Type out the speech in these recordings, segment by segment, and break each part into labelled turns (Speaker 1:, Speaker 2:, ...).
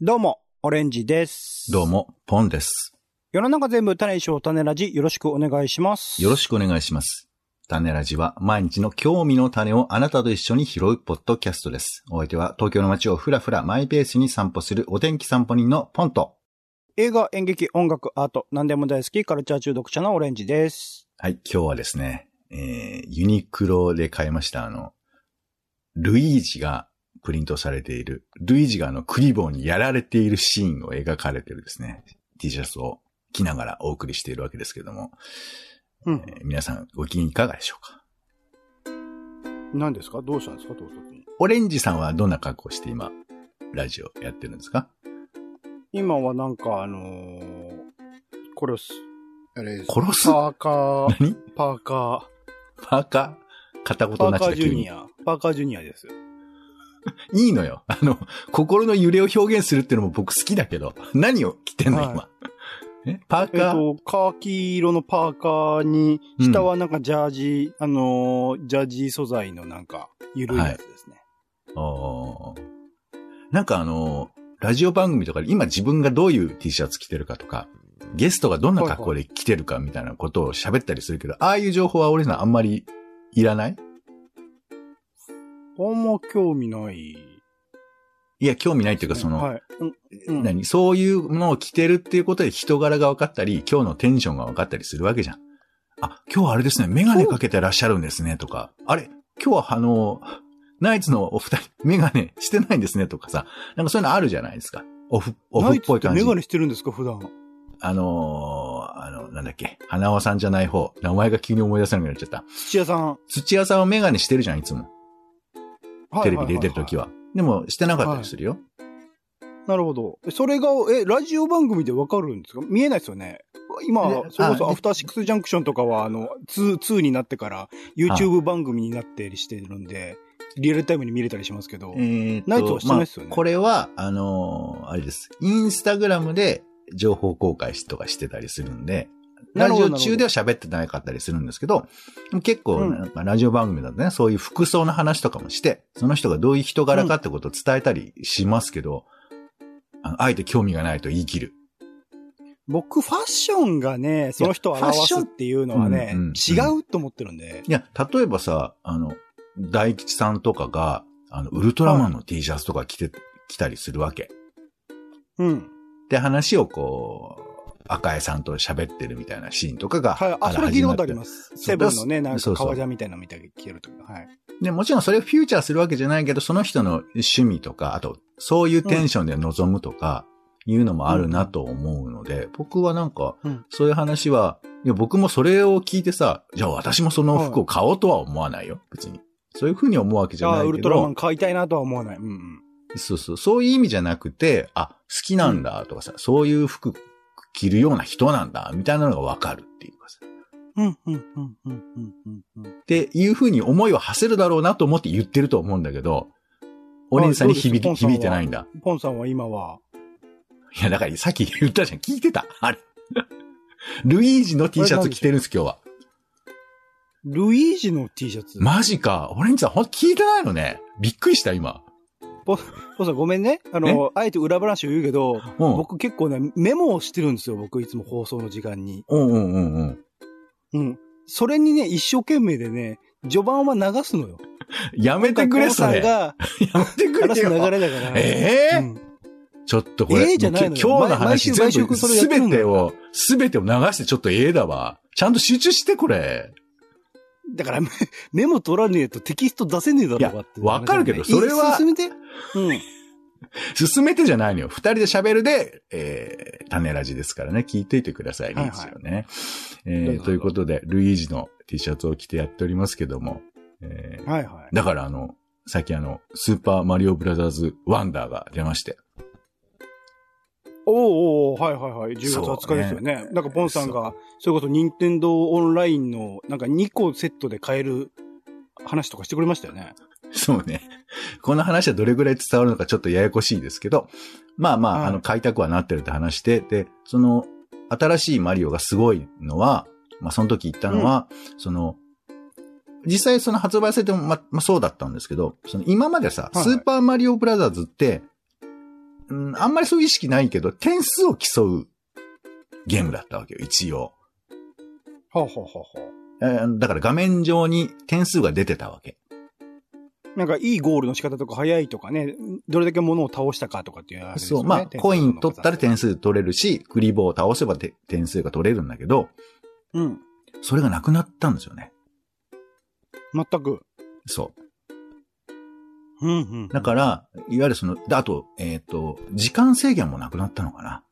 Speaker 1: どうも、オレンジです。
Speaker 2: どう。も、ポンです。
Speaker 1: 世の中全部種賞種ラジ、よろしくお願いします。
Speaker 2: よろしくお願いします。種ラジは毎日の興味の種をあなたと一緒に拾うポッドキャストです。お相手は東京の街をふらふらマイペースに散歩するお天気散歩人のポンと。
Speaker 1: 映画、演劇、音楽、アート、何でも大好き、カルチャー中毒者のオレンジです。
Speaker 2: はい、今日はですね、えー、ユニクロで買いましたあの、ルイージがプリントされている、ルイージがあのクリボーにやられているシーンを描かれてるですね、T シャツを着ながらお送りしているわけですけども、
Speaker 1: うん
Speaker 2: え。ー皆さんご機嫌いかがでしょうか
Speaker 1: 何ですかどうしたんですか唐突に。
Speaker 2: オレンジさんはどんな格好して今、ラジオやってるんですか
Speaker 1: 今はなんか、あのー、殺す。あれです
Speaker 2: 殺す
Speaker 1: パーカー、
Speaker 2: 何
Speaker 1: パーカ
Speaker 2: パーカー片
Speaker 1: ー、
Speaker 2: 言
Speaker 1: パ
Speaker 2: な
Speaker 1: ー
Speaker 2: し
Speaker 1: カー
Speaker 2: だ
Speaker 1: ジ
Speaker 2: 急
Speaker 1: ュニ
Speaker 2: に。
Speaker 1: ア、パーカージュニアです。
Speaker 2: いいのよ。あの、心の揺れを表現するってのも僕好きだけど、何を着てんの今。
Speaker 1: は
Speaker 2: えパー
Speaker 1: えっ
Speaker 2: カー、
Speaker 1: と、カーキ色のパーカーに、下はなんかジャージ、あのー、ジャージ素材のなんか、ゆるいやつですね。
Speaker 2: おーなんかあの、ラジオ番組とかで今自分がどういう T シャツ着てるかとか、ゲストがどんな格好で着てるかみたいなことを喋ったりするけど、ああいう情報は俺のあんまりいらない
Speaker 1: あんま興味ない。
Speaker 2: いや、興味ないっていうかその、
Speaker 1: はい。うんうん
Speaker 2: 何そういうものを着てるっていうことで人柄が分かったり、今日のテンションが分かったりするわけじゃん。あ、今日はあれですね、メガネかけてらっしゃるんですね、とか。あれ今日はあの、ナイツのお二人、メガネしてないんですね、とかさ。なんかそういうのあるじゃないですか。オフ、オ
Speaker 1: ナ
Speaker 2: フっ
Speaker 1: イツ
Speaker 2: ぽ
Speaker 1: っ
Speaker 2: い
Speaker 1: て
Speaker 2: 感じ
Speaker 1: メ。ガネしてるんですか、普段。
Speaker 2: あのーあの、なんだっけ。花輪さんじゃない方。名前が急に思い出せなくなっちゃった。
Speaker 1: 土屋さん。
Speaker 2: 土屋さんはメガネしてるじゃん、いつも。
Speaker 1: はい
Speaker 2: テレビ出てる時
Speaker 1: は
Speaker 2: は。でも、してなかったりするよ。
Speaker 1: いはい。なるほど。えそれが、え、ラジオ番組でわかるんですか見えないですよね。今
Speaker 2: で、
Speaker 1: それこ
Speaker 2: あ
Speaker 1: そ
Speaker 2: で
Speaker 1: アフターシックスジャンクションとかは、あの、2、2になってから、YouTube 番組になったりしてるんで、リアルタイムに見れたりしますけど。
Speaker 2: えーっと
Speaker 1: ナイツはしてないっすよね
Speaker 2: まあこれは、あのーあれです。インスタグラムで情報公開とかしてたりするんで、
Speaker 1: な
Speaker 2: ラ
Speaker 1: るほ
Speaker 2: ジ
Speaker 1: ど
Speaker 2: オ中では喋ってなかったりするんですけど、でも結構、
Speaker 1: うん
Speaker 2: なんかラジオ番組だとね、そういう服装の話とかもして、その人がどういう人柄かってことを伝えたりしますけど、あのあえて興味がないと言い切る。
Speaker 1: 僕、ファッションがね、その人を表
Speaker 2: ファッショ
Speaker 1: す
Speaker 2: ン
Speaker 1: っていうのはね、
Speaker 2: うんうんうん
Speaker 1: 違うと思ってるんで。
Speaker 2: いや、例えばさ、あの、大吉さんとかが、あの、ウルトラマンの T シャツとか着て、着たりするわけ。
Speaker 1: うん。
Speaker 2: で、話をこう、赤江さんと喋ってるみたいなシーンとかが、
Speaker 1: はい。あ、
Speaker 2: ら
Speaker 1: それ聞いたことあり
Speaker 2: 始ま
Speaker 1: ま
Speaker 2: っ
Speaker 1: す。セブンのね、なんか
Speaker 2: そうそう
Speaker 1: 革ジャンみたいなの見たけ消えるとか。はい。
Speaker 2: てで、もちろんそれをフューチャーするわけじゃないけど、その人の趣味とか、あと、そういうテンションで臨むとか、いうのもあるなと思うので、僕はなんか
Speaker 1: うん、
Speaker 2: そういう話は、いや、僕もそれを聞いてさ、じゃあ私もその服を買おうとは思わないよ、別に。そういうふうに思うわけじ
Speaker 1: じ
Speaker 2: ゃ
Speaker 1: ゃ
Speaker 2: な
Speaker 1: あ、
Speaker 2: いけど。
Speaker 1: ウルトラマン買いたいなとは思わない。うんうん。
Speaker 2: そうそう、そういう意味じゃなくて、あ、好きなんだとかさ、そういう服着るような人なんだ、みたいなのがわかるっていうかさ。
Speaker 1: うん、うん、うん、うん、うん、うん。
Speaker 2: っていうふうに思いを馳せるだろうなと思って言ってると思うんだけど、お兄さんに響
Speaker 1: どうですポンさ
Speaker 2: き、
Speaker 1: んは
Speaker 2: 響いてないんだ。
Speaker 1: ポンさんは今は、
Speaker 2: いや、だからさっき言ったじゃん。聞いてたあれ。 ルイージの T シャツ着てるんです、今日は。
Speaker 1: ルイージの T シャツ。
Speaker 2: マジか。オレンジさん、ほんと聞いてないのね。びっくりした、今。
Speaker 1: ポンさんごめんね。あの、あえて裏話を言うけど、
Speaker 2: うん。
Speaker 1: 僕結構ね、メモをしてるんですよ。僕いつも放送の時間に。
Speaker 2: うんうんうんうん。
Speaker 1: うん。それにね、一生懸命でね、序盤は流すのよ。
Speaker 2: やめてくれ、
Speaker 1: ポン
Speaker 2: そ
Speaker 1: さん
Speaker 2: れ。や
Speaker 1: が
Speaker 2: めてく
Speaker 1: 話
Speaker 2: れ
Speaker 1: す流
Speaker 2: よ。
Speaker 1: れだ から。
Speaker 2: ええ
Speaker 1: うん
Speaker 2: ちょっとこれ、
Speaker 1: ええじゃないのよ
Speaker 2: もうきょ今日の話
Speaker 1: 毎毎週
Speaker 2: 全
Speaker 1: 毎
Speaker 2: 部、
Speaker 1: 週それやっ
Speaker 2: す
Speaker 1: てる
Speaker 2: べ
Speaker 1: んだ
Speaker 2: て
Speaker 1: よ
Speaker 2: を、すべてを流してちょっとええだわ。ちゃんと集中して、これ。
Speaker 1: だからメ、 メモ取らねえとテキスト出せねえだろうがっていう話なんで。
Speaker 2: いやわかるけどそれはい
Speaker 1: い進めて。うん。
Speaker 2: 進めてじゃないのよ。二人で喋るで、えー、種ラジですからね、聞いていてくださいね。
Speaker 1: はいは
Speaker 2: で
Speaker 1: い
Speaker 2: すよね。え
Speaker 1: どうぞどう
Speaker 2: ー、
Speaker 1: ぞ
Speaker 2: ということで、ルイージの T シャツを着てやっておりますけども、えー、
Speaker 1: はいはい。
Speaker 2: だからあの、さっきあの、スーパーマリオブラザーズワンダーが出まして。
Speaker 1: おうおうおうはいはいはい。10月
Speaker 2: そう
Speaker 1: 20日ですよね。
Speaker 2: ね
Speaker 1: なんか、ポンさんが、それこそ、任天堂オンラインの、なんか2個セットで買える話とかしてくれましたよね。
Speaker 2: そうね。この話はどれぐらい伝わるのかちょっとややこしいですけど、まあまあ、
Speaker 1: はい
Speaker 2: あの、買いたくはなってるって話して、で、その、新しいマリオがすごいのは、まあその時言ったのは、その、実際その発売されても、ま、まあそうだったんですけど、その今までさ、
Speaker 1: はい
Speaker 2: スーパーマリオブラザーズって、うん、あんまりそういう意識ないけど、点数を競うゲームだったわけよ、一応。
Speaker 1: はあ、はあはあは
Speaker 2: えーだから画面上に点数が出てたわけ。
Speaker 1: あ、なんかいいゴールの仕方とか早いとかね、どれだけ物を倒したかとかっていうあれです
Speaker 2: そ
Speaker 1: よ
Speaker 2: う、
Speaker 1: ね。
Speaker 2: まあ、
Speaker 1: 点数
Speaker 2: コイン取った
Speaker 1: と
Speaker 2: ら
Speaker 1: か
Speaker 2: 点数取れるし、クリボーを倒せばて点数が取れるんだけど、
Speaker 1: うん。
Speaker 2: それがなくなったんですよね。
Speaker 1: 全く。
Speaker 2: そう。
Speaker 1: うんうん。
Speaker 2: だから、いわゆるその、であと、えっ、と、時間制限もなくなったのかな。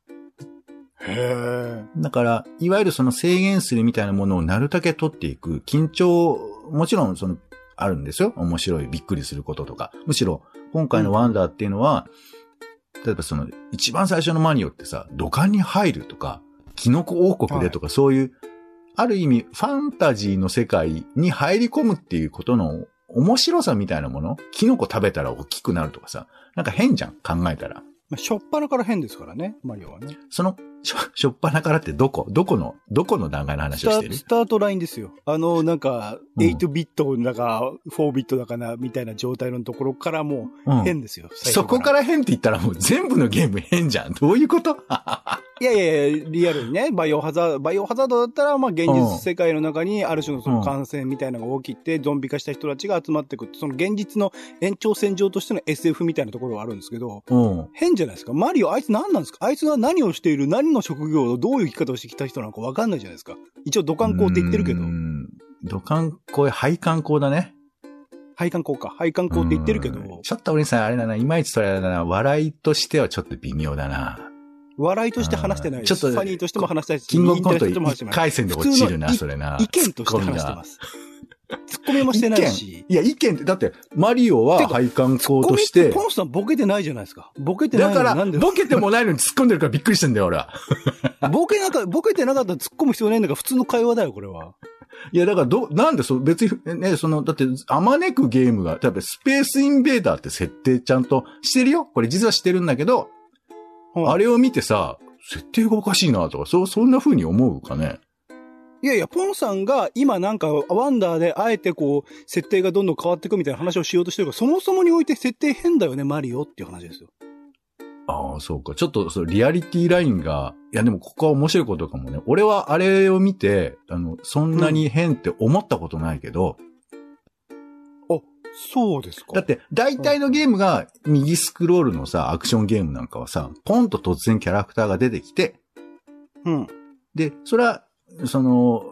Speaker 1: へえ。
Speaker 2: だから、いわゆるその制限するみたいなものをなるだけ取っていく、緊張、もちろんその、あるんですよ。面白い、びっくりすることとか。むしろ、今回のワンダーっていうのは、例えばその、一番最初のマニオってさ、土管に入るとか、キノコ王国でとか、そういう、ある意味、ファンタジーの世界に入り込むっていうことの面白さみたいなものキノコ食べたら大きくなるとかさ、なんか変じゃん、考えたら。
Speaker 1: まあ、しょっぱなから変ですからね、マリオはね。
Speaker 2: その、しょ、しょっぱなからってどこどこの、どこの段階の
Speaker 1: ス
Speaker 2: 話
Speaker 1: タ
Speaker 2: をしてる
Speaker 1: スタートラインですよ。あの、なんか、
Speaker 2: うん
Speaker 1: 8ビットだか、4ビットだかな、みたいな状態のところからも
Speaker 2: う
Speaker 1: うん変ですよ。最初
Speaker 2: そこから変って言ったらもう全部のゲーム変じゃん。 どういうこと
Speaker 1: いやいやいや、リアルにね、バイオハザード、バイオハザードだったら、まあ現実世界の中にある種のその感染みたいなのが起きて、ゾンビ化した人たちが集まってくって、その現実の延長線上としての SF みたいなところはあるんですけど、
Speaker 2: うん。
Speaker 1: 変じゃないですか。マリオ、あいつ何なんですかあいつは何をしている、何の職業をどういう生き方をしてきた人なのかわかんないじゃないですか。一応土管工って言ってるけど
Speaker 2: う、ん。土管工、配管工だね。
Speaker 1: 配管工か。配管工って言ってるけ
Speaker 2: うん
Speaker 1: ど、
Speaker 2: ちょっとお兄さんあれだな、いまいちそれだな、笑いとしてはちょっと微妙だな。
Speaker 1: 笑いとして話してないです。
Speaker 2: ちょっと
Speaker 1: ファニーとしても話したいし、
Speaker 2: キングオブコント
Speaker 1: インタレストとしても話してない。
Speaker 2: 一回戦で落ちるな、
Speaker 1: 普
Speaker 2: それな。
Speaker 1: 意見として話してます。ツッコミもしてないし。
Speaker 2: いや、意見って、だって、マリオは配管工とし
Speaker 1: ツ
Speaker 2: て
Speaker 1: ッコミって、ポンさんボケてないじゃないですか。ボケてないの
Speaker 2: だか
Speaker 1: に
Speaker 2: ら、
Speaker 1: なんで
Speaker 2: ボケてもないのに突っ込んでるからびっくりしてんだよ、俺は。
Speaker 1: ボケなか、ボケてなかったら突っ込む必要ないんだから普通の会話だよ、これは。
Speaker 2: いや、だからど、なんでそう、別に、ね、その、だって、あまねくゲームが、多分スペースインベーダーって設定ちゃんとしてるよ。これ実はしてるんだけど、
Speaker 1: はい
Speaker 2: あれを見てさ、設定がおかしいなとか、そう、そんな風に思うかね。
Speaker 1: いやいや、ポンさんが今なんか、ワンダーであえてこう、設定がどんどん変わっていくみたいな話をしようとしてるから、そもそもにおいて設定変だよね、マリオっていう話ですよ。
Speaker 2: ああ、そうか。ちょっと、そう、リアリティラインが、いや、でもここは面白いことかもね。俺はあれを見て、あの、そんなに変って思ったことないけど、
Speaker 1: そうですか
Speaker 2: だって、大体のゲームが、右スクロールのさ、アクションゲームなんかはさ、ポンと突然キャラクターが出てきて、
Speaker 1: うん。
Speaker 2: で、それは、その、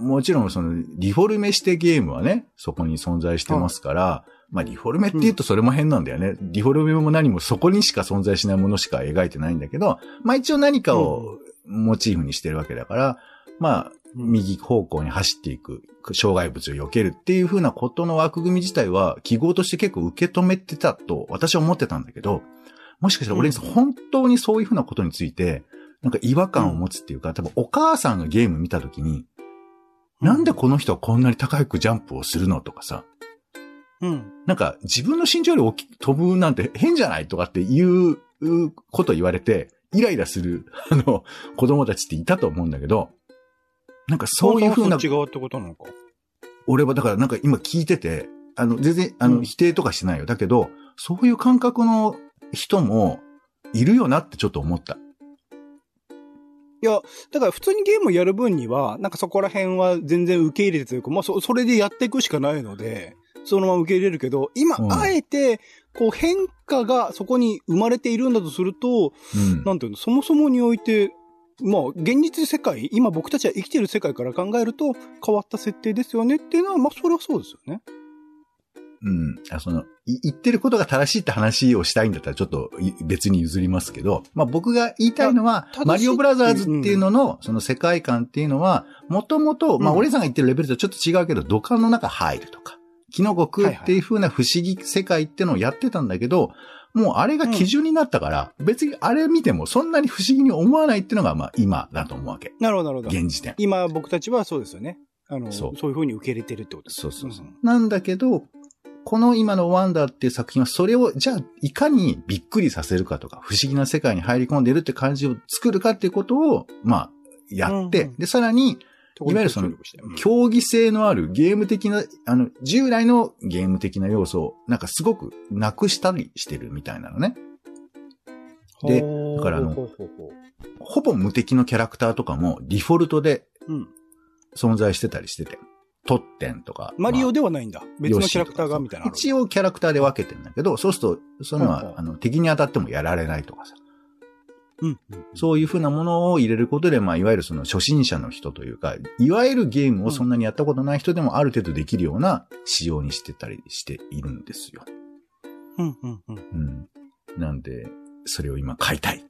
Speaker 2: もちろんその、リフォルメしてゲームはね、そこに存在してますから、まあ、リフォルメって言うとそれも変なんだよね。リフォルメも何もそこにしか存在しないものしか描いてないんだけど、まあ一応何かをモチーフにしてるわけだから、まあ、右方向に走っていく、障害物を避けるっていう風なことの枠組み自体は、記号として結構受け止めてたと私は思ってたんだけど、もしかしたら俺、
Speaker 1: うん
Speaker 2: 本当にそういう風なことについて、なんか違和感を持つっていうか、多分お母さんがゲーム見た時に、なんでこの人はこんなに高くジャンプをするのとかさ、
Speaker 1: うん。
Speaker 2: なんか自分の身長より大きく飛ぶなんて変じゃないとかっていううこと言われて、イライラする、あの、子供たちっていたと思うんだけど、なんかそういう風
Speaker 1: ポンさんはそ
Speaker 2: な
Speaker 1: っち側ってことなのか。
Speaker 2: 俺はだからなんか今聞いてて、あの、全然、あの、
Speaker 1: うん
Speaker 2: 否定とかしてないよ。だけど、そういう感覚の人もいるよなってちょっと思った。
Speaker 1: だから普通にゲームをやる分には、なんかそこら辺は全然受け入れてというか、まあそ、それでやっていくしかないので、そのまま受け入れるけど、今、
Speaker 2: うん
Speaker 1: あえて、こう変化がそこに生まれているんだとすると、
Speaker 2: うん。
Speaker 1: なんていうの、そもそもにおいて、まあ、現実世界、今僕たちは生きてる世界から考えると、変わった設定ですよねっていうのは、まあ、それはそうですよね。
Speaker 2: うん。あその、い言ってることが正しいって話をしたいんだったらちょっとい別に譲りますけど、まあ僕が言いたいのは
Speaker 1: 正しいってい、う
Speaker 2: マリオブラザーズっていうのの、その世界観っていうのは、もともと、まあ
Speaker 1: うん
Speaker 2: 俺さんが言ってるレベルとちょっと違うけど、土管の中入るとか、キノコ食うっていう風な不思議世界ってのをやってたんだけど、もうあれが基準になったから、別にあれ見てもそんなに不思議に思わないっていうのが、まあ今だと思うわけ。
Speaker 1: なるほど、なるほど。
Speaker 2: 現時点。
Speaker 1: 今僕たちはそうですよね。あの、
Speaker 2: そ
Speaker 1: そうういうふうに受け入れてるってことです。
Speaker 2: そうそうそう
Speaker 1: うん。
Speaker 2: なんだけど、この今のワンダーっていう作品はそれを、じゃあいかにびっくりさせるかとか、不思議な世界に入り込んでるって感じを作るかっていうことを、まあ、やって、
Speaker 1: うんうん
Speaker 2: で、さらに、いわゆるその競技性のあるゲーム的な、あの、従来のゲーム的な要素を、なんかすごくなくしたりしてるみたいなのね。で
Speaker 1: ほう
Speaker 2: だからあの
Speaker 1: ほうほうほう
Speaker 2: ほぼ無敵のキャラクターとかもディフォルトで
Speaker 1: うん。
Speaker 2: 存在してたりしてて、トッテンとか。
Speaker 1: マリ
Speaker 2: ま
Speaker 1: オ
Speaker 2: あ
Speaker 1: ではないんだ。別のキャラクターがみたいなのある。
Speaker 2: 一応キャラクターで分けてんだけど、そうすると、そのは、
Speaker 1: うんうん
Speaker 2: あの、敵に当たってもやられないとかさ。
Speaker 1: うん。
Speaker 2: そういうふうなものを入れることで、まあ、いわゆるその初心者の人というか、いわゆるゲームをそんなにやったことない人でもある程度できるような仕様にしてたりしているんですよ。
Speaker 1: うん、うん、うん。
Speaker 2: うん。なんで、それを今買いたい。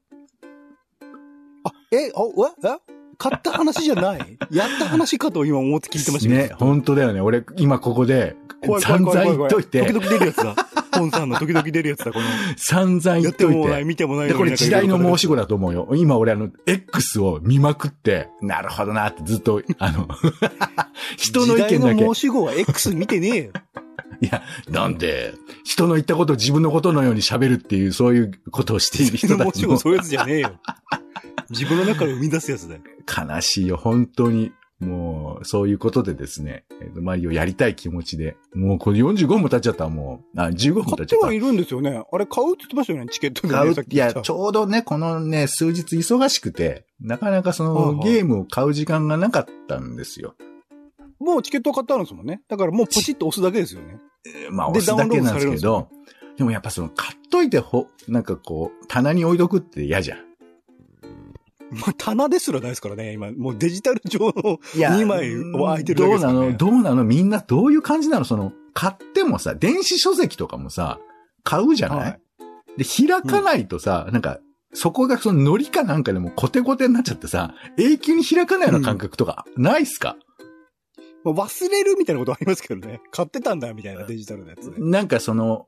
Speaker 1: あ、え、あ、え、え買った話じゃない やった話かと今思って聞いてました
Speaker 2: ね、本当だよね。俺、今ここで、散々言っとい
Speaker 1: 時
Speaker 2: て、
Speaker 1: 々出るやつだ。ポンさんの時々出るやつ だ、この。
Speaker 2: 散々
Speaker 1: や
Speaker 2: 言
Speaker 1: っ
Speaker 2: ってと
Speaker 1: もない、
Speaker 2: い
Speaker 1: 見てもな
Speaker 2: て。
Speaker 1: い
Speaker 2: で、これ時代の申し子
Speaker 1: 子。
Speaker 2: だと思うよ。今俺あの、X を見まくって、なるほどなってずっと、あの、 人の意見
Speaker 1: 時
Speaker 2: だ
Speaker 1: 代
Speaker 2: け
Speaker 1: の申。し子は X 見てねえよ。
Speaker 2: いや、なんで、人の言ったことを自分のことのように喋るっていう、そういうことをしている
Speaker 1: 時
Speaker 2: 人
Speaker 1: 代の
Speaker 2: た
Speaker 1: 申
Speaker 2: ち
Speaker 1: し
Speaker 2: も
Speaker 1: 子、そういうやつじゃねえよ。自分の中から生み出すやつだよ。
Speaker 2: 悲しいよ、本当に。もう、そういうことでですね、えっとマリオやりたい気持ちで、もうこれ45分も経っちゃった、もう。あ、15分も経
Speaker 1: 買っ
Speaker 2: っち
Speaker 1: て
Speaker 2: ゃった
Speaker 1: はい。るんですよね。あれ買うって言ってましたよね、チケットでね。
Speaker 2: 買う
Speaker 1: さっ、き
Speaker 2: いや、
Speaker 1: さ
Speaker 2: ちょうどね、このね、数日忙しくて、なかなかそ
Speaker 1: はい
Speaker 2: の
Speaker 1: はい
Speaker 2: ゲームを買う時間がなかったんですよ。
Speaker 1: もうチケットは買ってあるんですもんね。だからもうポチッと押すだけですよね。
Speaker 2: えーまあ、
Speaker 1: で
Speaker 2: 押すだけなんです
Speaker 1: ダ
Speaker 2: け
Speaker 1: ウンロー
Speaker 2: ど、でもやっぱその、買っといてほ、なんかこう、棚に置いとくって嫌じゃん。
Speaker 1: まあ、棚ですらないですからね、今。もうデジタル上の。
Speaker 2: い
Speaker 1: や二枚空いてるだけ
Speaker 2: ど
Speaker 1: で
Speaker 2: う
Speaker 1: すか
Speaker 2: な
Speaker 1: らね
Speaker 2: のどうなのみんなどういう感じなのその、買ってもさ、電子書籍とかもさ、買うじゃない、
Speaker 1: はい
Speaker 2: で、開かないとさ、なんか、そこがそのノリかなんかでもコテコテになっちゃってさ、永久に開かないような感覚とか、ないっすか、
Speaker 1: まあ、忘れるみたいなことありますけどね。買ってたんだ、みたいなデジタルのやつね。
Speaker 2: なんかその、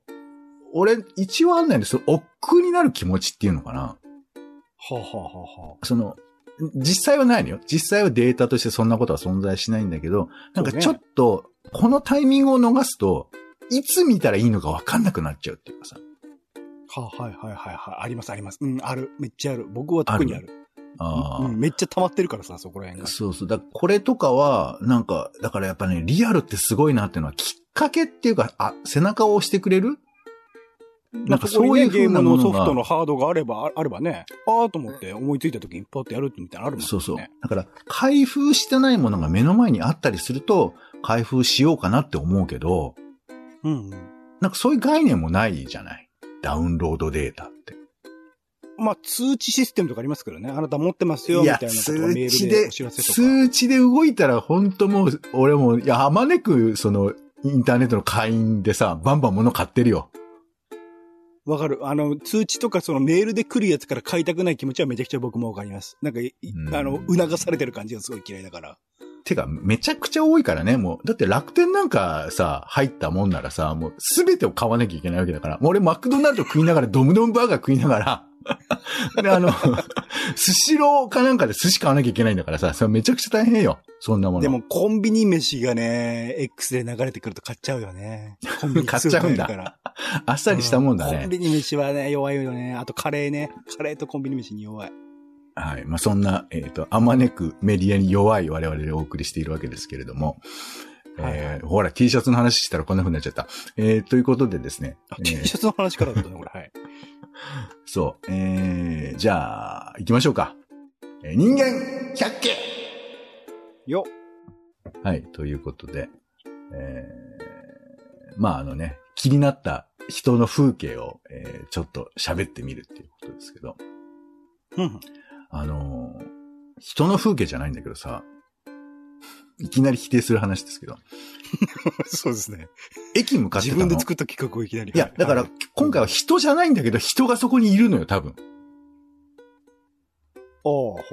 Speaker 2: 俺、一応あんないんですよ。億劫になる気持ちっていうのかな
Speaker 1: はあ、はあははあ、
Speaker 2: その、実際はないのよ。実際はデータとしてそんなことは存在しないんだけど、なんか
Speaker 1: そうね
Speaker 2: ちょっと、このタイミングを逃すと、いつ見たらいいのかわかんなくなっちゃうっていうかさ。
Speaker 1: はあ、はいはいはいはい。ありますあります。うん、ある。めっちゃある。僕は特にある。
Speaker 2: ああ、
Speaker 1: うん、めっちゃ溜まってるからさ、そこら辺が。
Speaker 2: そうそう。だからこれとかは、なんか、だからやっぱね、リアルってすごいなっていうのは、きっかけっていうか、あ、背中を押してくれるなんかそういう
Speaker 1: ここにねゲー
Speaker 2: 風な
Speaker 1: ム
Speaker 2: もの
Speaker 1: の
Speaker 2: が
Speaker 1: ソフトのハードがあれば、ああればね、ああと思って思いついた時にパッとやるってみたいなのあるもんね。
Speaker 2: そうそう
Speaker 1: ね。
Speaker 2: だから、開封してないものが目の前にあったりすると、開封しようかなって思うけど、
Speaker 1: うん、うん。
Speaker 2: なんかそういう概念もないじゃないダウンロードデータって。
Speaker 1: まあ、通知システムとかありますけどね。あなた持ってますよ、
Speaker 2: い
Speaker 1: みた
Speaker 2: や
Speaker 1: いなことがメ
Speaker 2: 数
Speaker 1: ー
Speaker 2: 値
Speaker 1: ルで
Speaker 2: で、
Speaker 1: お知らせとか。
Speaker 2: 数値で動いたら本当もう、俺も、いや、あまねく、その、インターネットの会員でさ、バンバン物買ってるよ。
Speaker 1: わかる。あの、通知とかそのメールで来るやつから買いたくない気持ちはめちゃくちゃ僕もわかります。なんかい、い
Speaker 2: うん
Speaker 1: あの、促されてる感じがすごい嫌いだから。
Speaker 2: てか、めちゃくちゃ多いからね、もう。だって楽天なんかさ、入ったもんならさ、もうすべてを買わなきゃいけないわけだから。もう俺マクドナルド食いながら、ドムドムバーガー食いなが ら、で、あの、 スシローかなんかで寿司買わなきゃいけないんだからさ、それめちゃくちゃ大変よ。そんなもの。
Speaker 1: でも、コンビニ飯がね、X で流れてくると買っちゃうよ ね。コンビニ
Speaker 2: 買っちゃうんだ
Speaker 1: スーパーにあるから
Speaker 2: あっさりしたもんだ
Speaker 1: コ
Speaker 2: ね
Speaker 1: ン。ビニ飯はね、弱いよね。あとカレーね。カレーとコンビニ飯に弱い。
Speaker 2: はい。まあ、そんな、えっ、と、あまねくメディアに弱い我々でお送りしているわけですけれども、
Speaker 1: はい
Speaker 2: えー、ほら、T シャツの話したらこんな風になっちゃった。えー、ということでですね。
Speaker 1: あ
Speaker 2: え
Speaker 1: T
Speaker 2: ー
Speaker 1: シャツの話からだった ね、これ。はい。
Speaker 2: そう。えー、じゃあ、行きましょうか。えー人間百景
Speaker 1: よ
Speaker 2: はい、ということで、えー、まああのね、気になった人の風景を、えー、ちょっと喋ってみるっていうことですけど、
Speaker 1: うん。
Speaker 2: あのー人の風景じゃないんだけどさ、いきなり否定する話ですけど、
Speaker 1: そうですね。
Speaker 2: 駅向かって
Speaker 1: 自
Speaker 2: たの
Speaker 1: 分で作った企画をいきなり。
Speaker 2: いや、だから
Speaker 1: はい、
Speaker 2: 今回は人じゃないんだけど、人がそこにいるのよ、多
Speaker 1: あ
Speaker 2: 分。
Speaker 1: あ、ほう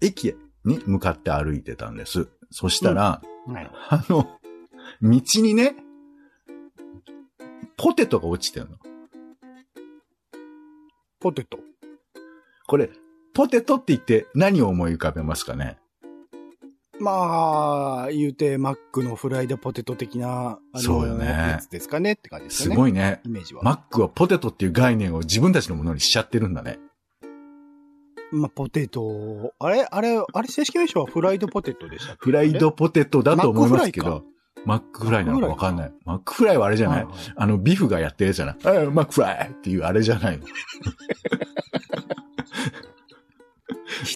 Speaker 2: 駅に向かって歩いてたんです。そしたら、
Speaker 1: ほう。はい。
Speaker 2: あの、道にね、ポテトが落ちてるの。
Speaker 1: ポテト。
Speaker 2: これ、ポテトって言って何を思い浮かべますかね
Speaker 1: まあ、言うて、マックのフライドポテト的な、あの
Speaker 2: そうよね
Speaker 1: やつですかねって感じです
Speaker 2: す
Speaker 1: よね。
Speaker 2: ご
Speaker 1: い。
Speaker 2: いね。
Speaker 1: イメージは。
Speaker 2: マックはポテトっていう概念を自分たちのものにしちゃってるんだね。
Speaker 1: まあ、ポテト、あれあれあれ正式名称はフライドポテトでしたっけ
Speaker 2: フライドポテトだと思いますけど。マックフライなのかわかんない。マックフライはあれじゃない、
Speaker 1: はいはい
Speaker 2: あの、ビフがやってるやつじゃないえマックフライっていうあれじゃないの。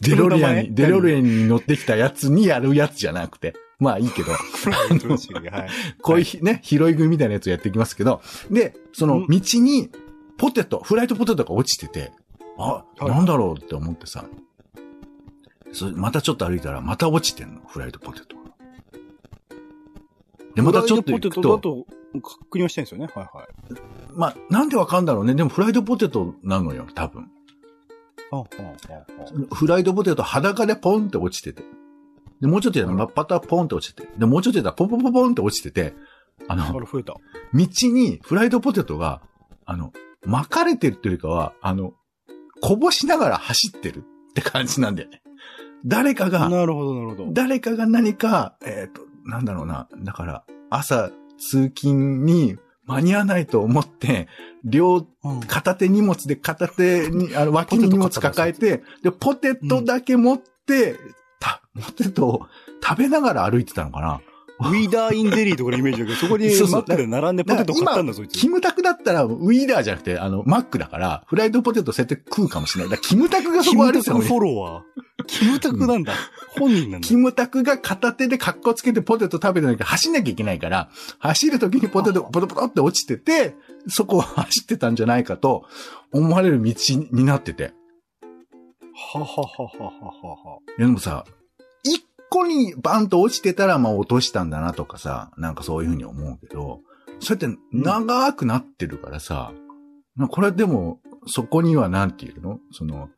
Speaker 2: デロリアンに、デロリアンに乗ってきたやつにやるやつじゃなくて。まあいいけど、
Speaker 1: アン。はい。
Speaker 2: こういうね、拾い組みたいなやつやってきますけど、で、その道にポテト、フライドポテトが落ちてて、あ、
Speaker 1: はい
Speaker 2: なんだろうって思ってさ、そまたちょっと歩いたら、また落ちてんの、フライドポテトが。で、またちょっ
Speaker 1: フ
Speaker 2: と行
Speaker 1: ライド
Speaker 2: く
Speaker 1: ポテトだ
Speaker 2: と、
Speaker 1: と確認はしてるんですよね。はいはい。
Speaker 2: まあ、なんでわかんだろうね。でもフライドポテトなのよ、多分。
Speaker 1: あああああ
Speaker 2: フライドポテト裸でポンって落ちてて。で、もうちょっとやったら、パタポンって落ちてて。で、もうちょっとやったら、ポンポンポンポンって落ちてて、あの
Speaker 1: あ、あれ増えた。
Speaker 2: 道にフライドポテトが、あの、巻かれてるというかは、あの、こぼしながら走ってるって感じなんだよね。誰かが、
Speaker 1: なるほど、なるほど。
Speaker 2: 誰かが何か、えっ、と、なんだろうな。だから、朝、通勤に間に合わないと思って、両、
Speaker 1: うん
Speaker 2: 片手荷物で片手に、あの、脇に荷物抱えて、で、ポテトだけ持って、た、ポテトを食べながら歩いてたのかな。
Speaker 1: ウィーダーインデリーとかのイメージだけど、そこに
Speaker 2: そうそう
Speaker 1: マックで並んでポテト買ったんだ、そいつ
Speaker 2: キ。ムタクだったら、ウィーダーじゃなくて、あの、マックだから、フライドポテトそうやって食うかもしれない。だからキムタクがそ
Speaker 1: キ
Speaker 2: こあ
Speaker 1: ム
Speaker 2: る
Speaker 1: タ
Speaker 2: んです
Speaker 1: ク
Speaker 2: よ、
Speaker 1: フ
Speaker 2: 俺
Speaker 1: ォロワー。キムタクなんだ。本人なんだ
Speaker 2: キ。ムタクが片手で格好つけてポテト食べてなきゃ走んなきゃいけないから、走る時にポテトがポトポトって落ちてて、そこを走ってたんじゃないかと思われる道になってて。
Speaker 1: ははははははは。
Speaker 2: いやでもさ、一個にバンと落ちてたら、まあ落としたんだなとかさ、なんかそういうふうに思うけど、そうやって長くなってるからさ、まあこれでも、そこにはなんていうのその、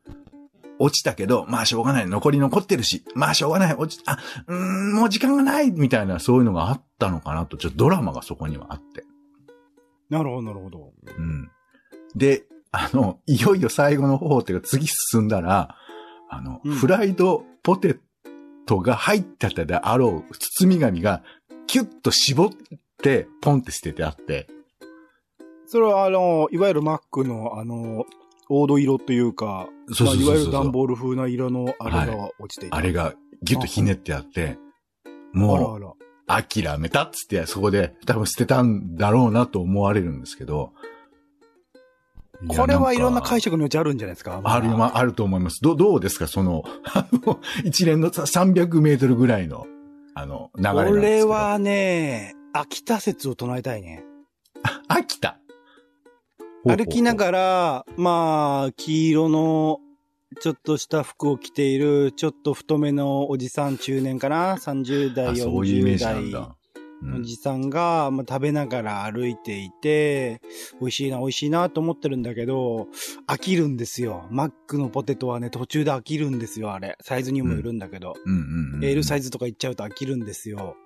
Speaker 2: 落ちたけど、まあしょうがない、残り残ってるし、まあしょうがない、落ち、あ、うーん、もう時間がない、みたいなそういうのがあったのかなと、ちょっとドラマがそこにはあって。
Speaker 1: なるほど、なるほど。
Speaker 2: うん。で、あの、いよいよ最後の方っていうか次進んだら、あの、
Speaker 1: うん
Speaker 2: フライドポテトが入ってたであろう包み紙がキュッと絞ってポンって捨ててあって、
Speaker 1: それは、あの、いわゆるマックの、あの、黄土色というか、
Speaker 2: そう
Speaker 1: まあ
Speaker 2: そう
Speaker 1: い
Speaker 2: そ
Speaker 1: わ
Speaker 2: う
Speaker 1: ゆる
Speaker 2: そう
Speaker 1: 段ボール風な色のあれ
Speaker 2: は
Speaker 1: が落ちていた。
Speaker 2: あれがギュッとひねってあって、
Speaker 1: あら
Speaker 2: も
Speaker 1: あら。
Speaker 2: う諦めたっつってそこで多分捨てたんだろうなと思われるんですけど、や
Speaker 1: これはいろんな
Speaker 2: か
Speaker 1: 解釈の余地あるんじゃないですか。
Speaker 2: ある、まあ、あると思います。ど、どうですかその、あの 一連のさ300メートルぐらいの、あの、流れなんですけど。
Speaker 1: 俺、 はね、秋田説を唱えたいね。
Speaker 2: 秋田。
Speaker 1: 歩きな
Speaker 2: ら。
Speaker 1: がら、まあ、黄色の、ちょっとした服を着ている、ちょっと太めのおじさん中年かな ?30 代、
Speaker 2: あそういうイメー
Speaker 1: 40
Speaker 2: ジな
Speaker 1: 代
Speaker 2: んだ。う
Speaker 1: お
Speaker 2: ん、
Speaker 1: じさんが、まあ、食べながら歩いていて、美味しいな、美味しいなと思ってるんだけど、飽きるんですよ。マックのポテトはね、途中で飽きるんですよ、あれ。サイズにもよるんだけど。
Speaker 2: うんうんうん。
Speaker 1: L サイズとかいっちゃうと飽きるんですよ。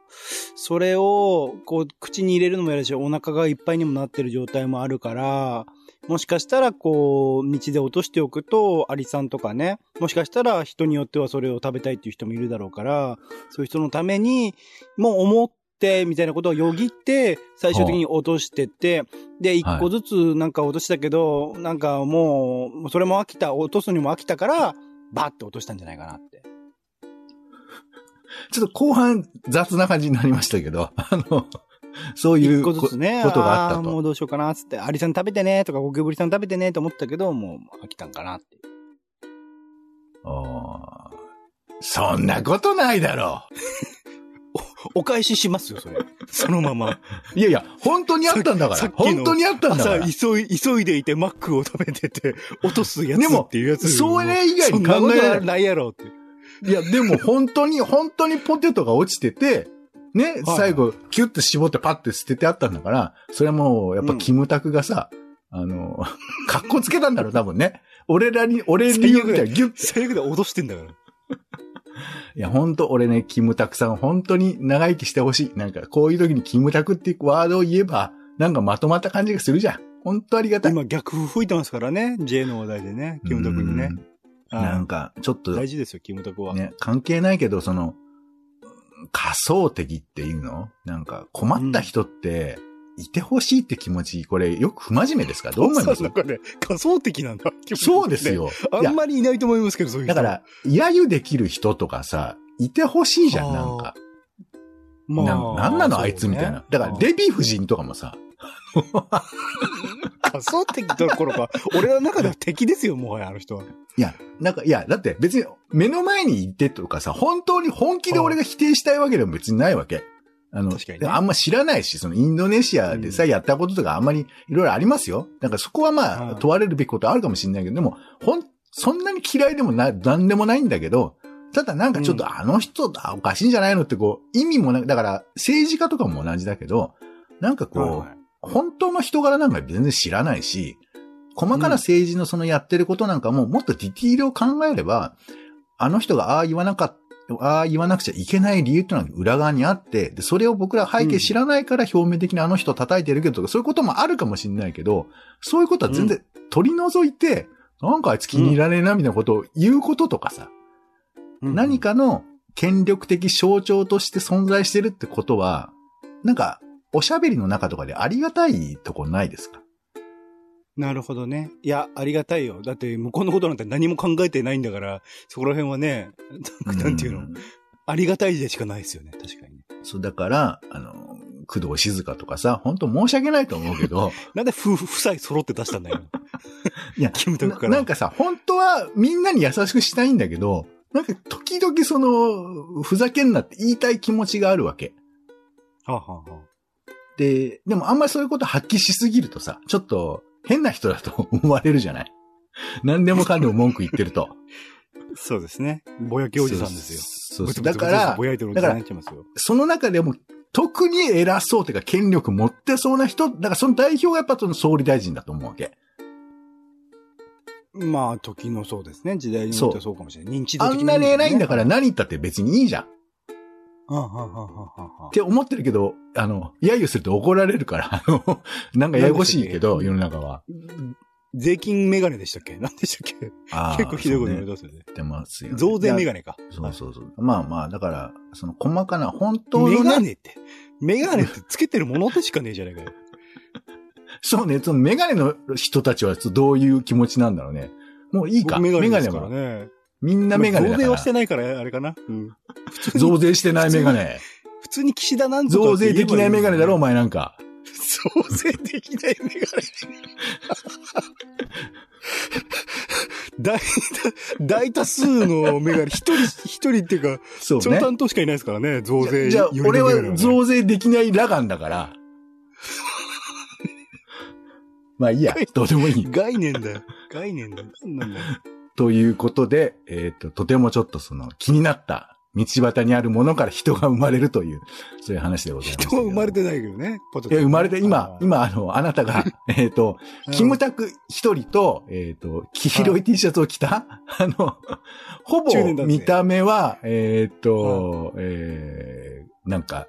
Speaker 1: それを、こう、口に入れるのもやるし、お腹がいっぱいにもなってる状態もあるから、もしかしたら、こう、道で落としておくと、アリさんとかね、もしかしたら人によってはそれを食べたいっていう人もいるだろうから、そういう人のために、もう思って、みたいなことをよぎって、最終的に落としてって、で、一個ずつなんか落としたけど、なんかもう、それも飽きた、落とすにも飽きたから、バッて落としたんじゃないかなって。
Speaker 2: ちょっと後半雑な感じになりましたけど、 あの、そうい
Speaker 1: 一
Speaker 2: う
Speaker 1: 個
Speaker 2: こ
Speaker 1: ずつね、
Speaker 2: ことがあった
Speaker 1: ーもう
Speaker 2: と。
Speaker 1: どうしようかな、つって、アリさん食べてね、とか、ゴキブリさん食べてね、と思ったけど、もう飽きたんかなって。
Speaker 2: あーそんなことないだろ
Speaker 1: お返ししますよ、 それ。そのまま。
Speaker 2: う。いやいや、本当にあったんだか
Speaker 1: さっ
Speaker 2: ら。
Speaker 1: きの
Speaker 2: 本当にあったんだか
Speaker 1: 朝、
Speaker 2: ら。
Speaker 1: 急い、急いでいて、マックを食べてて、落とすやつ
Speaker 2: でも
Speaker 1: っていうやつ。
Speaker 2: それ以外
Speaker 1: そん
Speaker 2: に
Speaker 1: な
Speaker 2: 考
Speaker 1: こ
Speaker 2: えられな
Speaker 1: と
Speaker 2: い。
Speaker 1: ないやろ、って。
Speaker 2: いや、でも本当に、本当にポテトが落ちてて、ね、
Speaker 1: はい
Speaker 2: 最後、キュッと絞ってパッて捨ててあったんだから、それはもう、やっぱキムタクがさ、あの、 格好つけたんだろう、多分ね。俺らに、俺理由みたいな、ギュッ。
Speaker 1: 最悪で落としてんだから。
Speaker 2: いや、本当俺ね、キムタクさん、本当に長生きしてほしい。なんか、こういう時にキムタクっていうワードを言えば、なんかまとまった感じがするじゃん。本当ありがたい。
Speaker 1: 今、逆風吹いてますからね、J の話題でね、キムタクにね
Speaker 2: う。ん。なん
Speaker 1: か、
Speaker 2: か、ちょっと、
Speaker 1: 大事ですよ、キムタクは。
Speaker 2: ね、関係ないけど、その、うん仮想的っていうのなんか、困った人って、いてほしいって気持ち、これ、よく不真面目ですかどう思います
Speaker 1: なんかね、仮想的なんだ。
Speaker 2: そうです。よ。い
Speaker 1: あ
Speaker 2: や
Speaker 1: ん、まりいないと思いますけど、そういう人
Speaker 2: だか、ら、揶揄できる人とかさ、いてほしいじゃん、
Speaker 1: はあ
Speaker 2: なんか。
Speaker 1: ま
Speaker 2: ななんなのあいつみたいな。だから、デ
Speaker 1: ビ
Speaker 2: ヴィ夫人とかもさ、
Speaker 1: 仮想敵どころ か、俺の中では敵ですよ、もはや、あの人は。
Speaker 2: いや、なんか、いや、だって別に目の前にいてとかさ、本当に本気で俺が否定したいわけでも別にないわけ。あの、
Speaker 1: 確かにね
Speaker 2: あんま知らないし、そのインドネシアでさ、
Speaker 1: うん
Speaker 2: やったこととかあんまりいろいろありますよ。なんかそこはまあ、
Speaker 1: うん
Speaker 2: 問われるべきことあるかもしれないけど、でも、ほん、そんなに嫌いでもな、なんでもないんだけど、ただなんかちょっ
Speaker 1: う
Speaker 2: とあの人だ、おかしいんじゃないのってこう、意味もなく、だから政治家とかも同じだけど、なんかこう、
Speaker 1: はい
Speaker 2: 本当の人柄なんか全然知らないし、細かな政治のそのやってることなんかももっとディティールを考えれば、あの人がああ言わなかった、ああ言わなくちゃいけない理由ってのは裏側にあって、で、それを僕ら背景知らないから表面的にあの人叩いてるけどとか、そういうこともあるかもしれないけど、そういうことは全然取り除いて、なんかあいつ気に入らねえなみたいなことを言うこととかさ、何、かの権力的象徴として存在してるってことは、なんか、おしゃべりの中とかでありがたいとこないですか
Speaker 1: なるほどね。いや、ありがたいよ。だって、向こうのことなんて何も考えてないんだから、そこら辺はね、なんていうの、
Speaker 2: ん
Speaker 1: ありがたいでしかないですよね、確かにね。
Speaker 2: そう、だから、あの、工藤静香とかさ、本当申し訳ないと思う けど、
Speaker 1: なんで夫婦夫妻揃って出したんだよ。
Speaker 2: いや
Speaker 1: キムタクか
Speaker 2: な
Speaker 1: ら。
Speaker 2: なんかさ、本当はみんなに優しくしたいんだけど、なんか時々その、ふざけんなって言いたい気持ちがあるわけ。
Speaker 1: はあはあはあ
Speaker 2: で、でもあんまりそういうこと発揮しすぎるとさ、ちょっと変な人だと思われるじゃない何でもかんでも文句言ってると。
Speaker 1: そうですね。ぼやきおじさんですよ。
Speaker 2: そうそう
Speaker 1: ブツブ
Speaker 2: だ
Speaker 1: ツブツブ
Speaker 2: か
Speaker 1: ツ
Speaker 2: ら
Speaker 1: ぼ、やいてるおじさんになっちゃいますよ。
Speaker 2: その中でも、特に偉そうというか権力持ってそうな人、だからその代表がやっぱその総理大臣だと思うわけ。
Speaker 1: まあ、時のそうですね。時代によってはそうかもしれない。認知度
Speaker 2: あ
Speaker 1: 的。
Speaker 2: んなに偉いんだからら何言ったって別にいいじゃん。っ
Speaker 1: はあはあはあはあはあ
Speaker 2: て思ってるけど、あの、揶揄すると怒られるから、あの、 なんかややこしいけど、世の中は。
Speaker 1: 税金メガネでしたっけ何でしたっけ
Speaker 2: あー
Speaker 1: 結構ひどいこと
Speaker 2: そう
Speaker 1: 言い
Speaker 2: ね
Speaker 1: 出すよね。
Speaker 2: 言ってますよね。
Speaker 1: 増税メ
Speaker 2: ガ
Speaker 1: ガネか。
Speaker 2: そうそうそう。まあまあ、だから、その細かな、本当
Speaker 1: メ
Speaker 2: の
Speaker 1: ガ
Speaker 2: ね、
Speaker 1: ネって。メガネってつけてるものでしかねえじゃねえかよ。
Speaker 2: そうね、そのメガネの人たちはどういう気持ちなんだろうね。も ういいか。
Speaker 1: 僕メガネ
Speaker 2: メガ
Speaker 1: で
Speaker 2: ネ
Speaker 1: すから
Speaker 2: は。
Speaker 1: ね。
Speaker 2: みんなメガネ
Speaker 1: 増
Speaker 2: だか
Speaker 1: 税は
Speaker 2: ら
Speaker 1: して。ないから、あれかな。うん
Speaker 2: 増税してないメガネ。
Speaker 1: 普通に岸田なんとか
Speaker 2: 増
Speaker 1: って
Speaker 2: 税
Speaker 1: 言え
Speaker 2: で
Speaker 1: ば
Speaker 2: き
Speaker 1: い
Speaker 2: ないメガネだろ、お
Speaker 1: いのに
Speaker 2: 前なんか。
Speaker 1: 増税できないメガネ。大、大多数のメガネ、一人、一人っていうか、
Speaker 2: そう
Speaker 1: 超
Speaker 2: ね。
Speaker 1: 担当しかいないですからね、増税
Speaker 2: じゃあ
Speaker 1: より、のメ
Speaker 2: 俺
Speaker 1: ガネね。
Speaker 2: は増税できないラガンだから。 まあいいや、どうでもいい。
Speaker 1: 概念だよ。概念だよ。なんなんだよ。
Speaker 2: ということで、えっ、と、とてもちょっとその気になった道端にあるものから人が生まれるという、そういう話でございます。
Speaker 1: 人は生まれてないけどね、ポテ
Speaker 2: い
Speaker 1: ト
Speaker 2: や、生まれて、今
Speaker 1: あ、ー
Speaker 2: 今、あの、あな たが、えっと、キムタク一人と、えっ、と、黄色い T シャツを着た、 あの、ほ
Speaker 1: 中年
Speaker 2: ぼ
Speaker 1: 男性
Speaker 2: 見た目は、えっ、と、えー、なんか、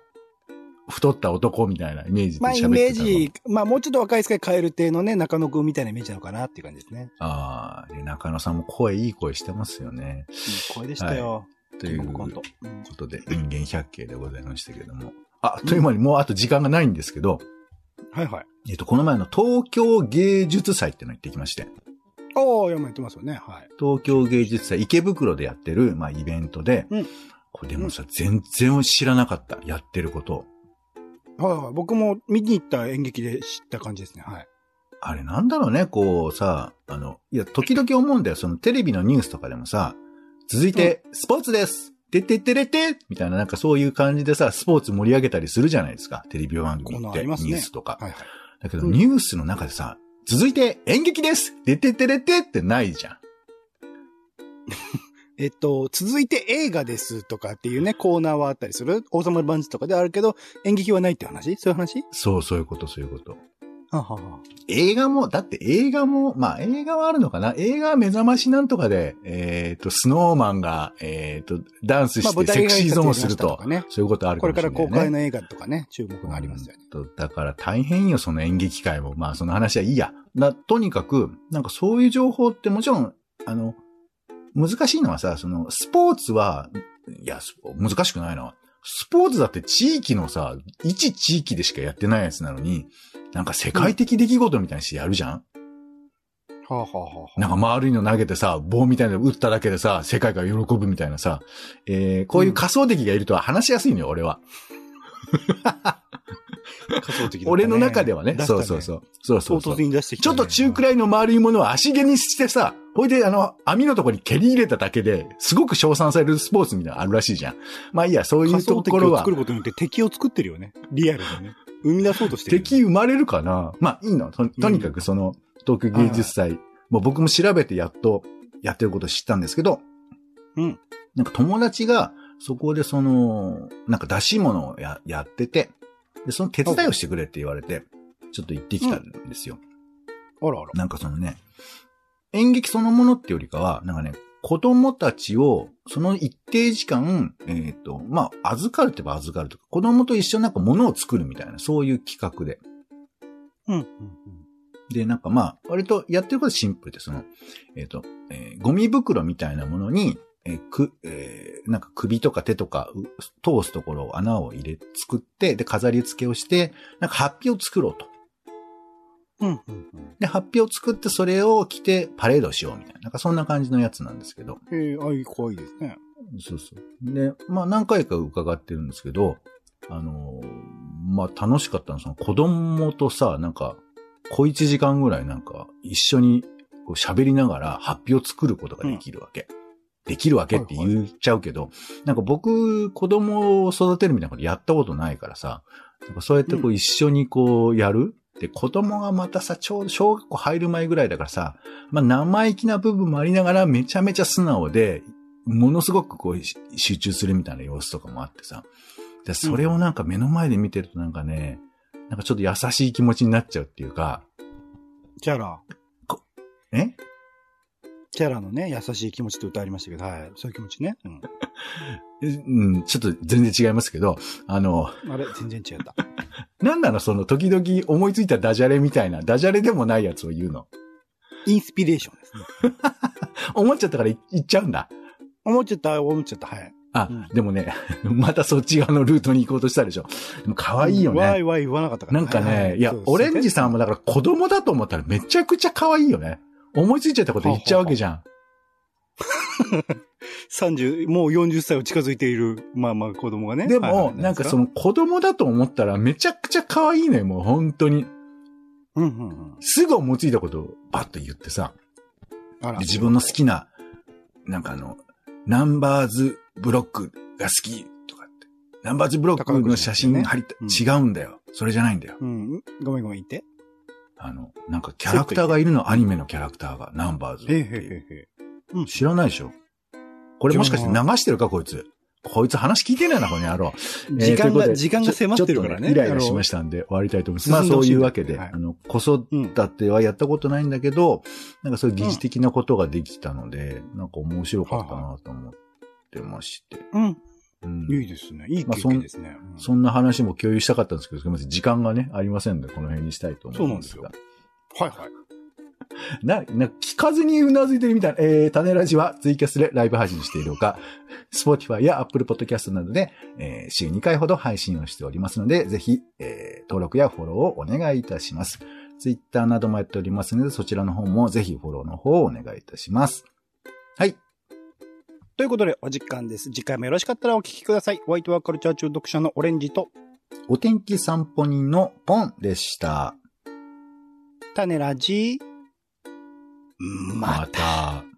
Speaker 2: 太った男みたいなイメージで
Speaker 1: まあ、
Speaker 2: 喋って
Speaker 1: イ
Speaker 2: たの。
Speaker 1: メージ、まあ、もうちょっと若いですけど、カエル亭のね、中野くんみたいなイメージなのかなっていう感じですね。
Speaker 2: ああ、で中野さんも声いい声してますよね。
Speaker 1: いい声でしたよ。
Speaker 2: という
Speaker 1: キングオブコン
Speaker 2: こ
Speaker 1: トうん
Speaker 2: とで、人間百景でございましたけれども。あ、あっという間にもうあと時間がないんですけど、
Speaker 1: はいはい。
Speaker 2: えっ、と、この前の東京芸術祭っていうの行ってきまして。
Speaker 1: おー、山やってますよね。はい。
Speaker 2: 東京芸術祭池袋でやってる、まあ、イベントで、
Speaker 1: うん
Speaker 2: これでもさ、全然知らなかった、やってること。
Speaker 1: はいはい。僕も見に行った演劇で知った感じですね。はい。
Speaker 2: あれなんだろうね、こうさ、あの、いや、時々思うんだよ、そのテレビのニュースとかでもさ、続いて、スポーツですてってってれてみたいな、なんかそういう感じでさ、スポーツ盛り上げたりするじゃないですか、テレビ番
Speaker 1: コ
Speaker 2: 組
Speaker 1: ー
Speaker 2: っ
Speaker 1: ナーあ
Speaker 2: て、
Speaker 1: り
Speaker 2: ニュ
Speaker 1: ますね
Speaker 2: ースとか。
Speaker 1: はいはい。
Speaker 2: だけど、
Speaker 1: うん
Speaker 2: ニュースの中でさ、続いて演劇ですてってってれてってないじゃん。
Speaker 1: えっと、続いて映画ですとかっていうね、コーナーはあったりする。王様のバンチとかであるけど、演劇はないって話そういう話
Speaker 2: そう、そういうこと、そういうこと。
Speaker 1: ははは
Speaker 2: 映画も、だって映画も、まあ映画はあるのかな映画は目覚ましなんとかで、えっ、と、スノーマンが、えっ、と、ダンス
Speaker 1: まあ
Speaker 2: し
Speaker 1: 舞
Speaker 2: てセ
Speaker 1: 台
Speaker 2: ク
Speaker 1: が
Speaker 2: シーゾーンをす
Speaker 1: やりま
Speaker 2: る
Speaker 1: した
Speaker 2: と、
Speaker 1: とかね。
Speaker 2: そういうことある
Speaker 1: こ
Speaker 2: か
Speaker 1: れ
Speaker 2: も
Speaker 1: から
Speaker 2: しれない、ね。
Speaker 1: 公開の映画とかね、注目がありますよね。
Speaker 2: うんだから大変よ、その演劇界も。まあその話はいいや。な、とにかく、なんかそういう情報ってもちろん、あの、難しいのはさ、その、スポーツは、いや、スポ難しくないな。スポーツだって地域のさ、一地域でしかやってないやつなのに、なんか世界的出来事みたいにしてやるじゃん
Speaker 1: はあ、はあはあはあ
Speaker 2: なんか丸いの投げてさ、棒みたいなの打っただけでさ、世界が喜ぶみたいなさ、えー、こういう仮想敵がいるとは話しやすいのよ、俺は。
Speaker 1: 仮想的だったね
Speaker 2: 俺の中ではね。
Speaker 1: 出した。
Speaker 2: そうそうそうう。そうそうそ
Speaker 1: 唐
Speaker 2: う
Speaker 1: 突。に出してき
Speaker 2: ち
Speaker 1: た
Speaker 2: ょ
Speaker 1: ね、
Speaker 2: っと中くらいの丸いものを足毛にしてさ、ほいで、あの、網のところに蹴り入れただけで、すごく称賛されるスポーツみたいなのあるらしいじゃん。まあいいや、そういう
Speaker 1: 仮
Speaker 2: と
Speaker 1: 想敵
Speaker 2: ころ
Speaker 1: を
Speaker 2: は
Speaker 1: 作、ることによって敵を作ってるよね。リアルにね。生み出そうとしてるよね。
Speaker 2: 敵生まれるかなまあいいの。ととにかくその、東京芸術祭、もう僕も調べてやっとやってること知ったんですけど、
Speaker 1: うん。
Speaker 2: なんか友達が、そこでその、なんか出し物をややってて、で、その手伝いをしてくれって言われて、ちょっと行ってきたんですよ。
Speaker 1: あらあら。
Speaker 2: なんかそのね、演劇そのものってよりかは、なんかね、子供たちを、その一定時間、えっ、と、まあ、預かるってば預かるとか、子供と一緒になんか物を作るみたいな、そういう企画で。
Speaker 1: うん。うん
Speaker 2: で、なんかまあ、割とやってることはシンプルで、その、えっ、と、えーゴミ袋みたいなものに、えーく、えーなんか首とか手とかう通すところを穴を入れ、作って、で、飾り付けをして、なんかハッピーを作ろうと。
Speaker 1: うん。うんうんうん。
Speaker 2: で、ハッピーを作って、それを着て、パレードしようみたいな、なんかそんな感じのやつなんですけど。
Speaker 1: えー、ああいう可愛いですね。
Speaker 2: そうそう。で、まあ何回か伺ってるんですけど、あのーまあ楽しかったのは、その子供とさ、なんか、小一時間ぐらいなんか、一緒にこう喋りながら、発表を作ることができるわけ。できるわけって言っちゃうけど、なんか僕、子供を育てるみたいなことやったことないからさ、なんかそうやってこ
Speaker 1: う
Speaker 2: う一緒にこうやる、で、子供がまたさ、ちょうど小学校入る前ぐらいだからさ、まあ生意気な部分もありながらめちゃめちゃ素直で、ものすごくこうし集中するみたいな様子とかもあってさ。で、それをなんか目の前で見てるとなんかね、なんかちょっと優しい気持ちになっちゃうっていうか、
Speaker 1: チャラ。
Speaker 2: え
Speaker 1: チャラのね、優しい気持ちって歌ありましたけど、はい。そういう気持ちね。うん。
Speaker 2: うん、ちょっと全然違いますけど、あの、
Speaker 1: あれ、全然違った。
Speaker 2: なんなのその時々思いついたダジャレみたいな、ダジャレでもないやつを言うの。
Speaker 1: インスピレーションですね。
Speaker 2: 思っちゃったからい言っちゃうんだ。
Speaker 1: 思っちゃった、思っちゃった、はい。
Speaker 2: あ、
Speaker 1: うん
Speaker 2: でもね、 またそっち側のルートに行こうとしたでしょ。でも可愛いよ
Speaker 1: わー
Speaker 2: ね。
Speaker 1: いわーい言わなかったから。
Speaker 2: なんかね、
Speaker 1: はいは
Speaker 2: や
Speaker 1: そう、
Speaker 2: オレンジさん
Speaker 1: そう
Speaker 2: もだから子供だと思ったらめちゃくちゃ可愛いよね。思いついちゃったこと言っちゃうわけじゃん。
Speaker 1: 30、もう40歳を近づいている、まあまあ子供がね。
Speaker 2: で
Speaker 1: はいは
Speaker 2: も、
Speaker 1: い
Speaker 2: なんかそ、の子供だと思ったらめちゃくちゃ可愛いのよ、もう本当に。
Speaker 1: うんうんうん。
Speaker 2: すぐ思いついたことをバッと言ってさ。
Speaker 1: あら
Speaker 2: で自分の好きな、なんかあの、ナンバーズブロックが好きとかって。ナンバーズブロックの写真貼りた、
Speaker 1: うん
Speaker 2: 違うんだよ。それじゃないんだよ。
Speaker 1: うん。ごめんごめん言って。
Speaker 2: あの、なんかキャラクターがいるの、アニメのキャラクターが、ナンバーズって
Speaker 1: へ
Speaker 2: い
Speaker 1: へ
Speaker 2: う。
Speaker 1: へへ。
Speaker 2: 知らないでしょこれもしかして流してるか、こいつ。こいつ話聞いてないな、この野郎。
Speaker 1: 時
Speaker 2: えーとい
Speaker 1: 間
Speaker 2: うことで
Speaker 1: が、時間が迫ってるから
Speaker 2: ちょ
Speaker 1: ね。
Speaker 2: っとイライラしま
Speaker 1: し
Speaker 2: したんで、終わりたいと思います。ま
Speaker 1: 進ん
Speaker 2: あ
Speaker 1: で
Speaker 2: そ
Speaker 1: ほ
Speaker 2: う
Speaker 1: しい
Speaker 2: い
Speaker 1: ん
Speaker 2: う
Speaker 1: だ
Speaker 2: わけで、
Speaker 1: はい
Speaker 2: あの、子育
Speaker 1: うん。
Speaker 2: てはやったことないんだけど、なんかそういう疑似的なことができたので、なんか面白かったなと思ってまして。
Speaker 1: うん。
Speaker 2: うん
Speaker 1: いいですね。いい
Speaker 2: まあ
Speaker 1: 経験ですね。うん
Speaker 2: そんな話も共有したかったんですけど、すみません、時間がね、ありませんので、この辺にしたいと思いますが。
Speaker 1: そうなんではいはい。
Speaker 2: な、な、聞かずにうなずいてるみたいな、えー、種ラジはツイキャスでライブ配信しているほか、Spotify や Apple Podcast などで、えー週2回ほど配信をしておりますので、ぜひ、えー登録やフォローをお願いいたします。Twitter などもやっておりますので、そちらの方もぜひフォローの方をお願いいたします。はい。
Speaker 1: ということで、お時間です。次回もよろしかったらお聞きください。ホワイトワーカルチャー中毒者のオレンジと、
Speaker 2: お天気散歩人のポンでした。
Speaker 1: タネラジー、ま
Speaker 2: また。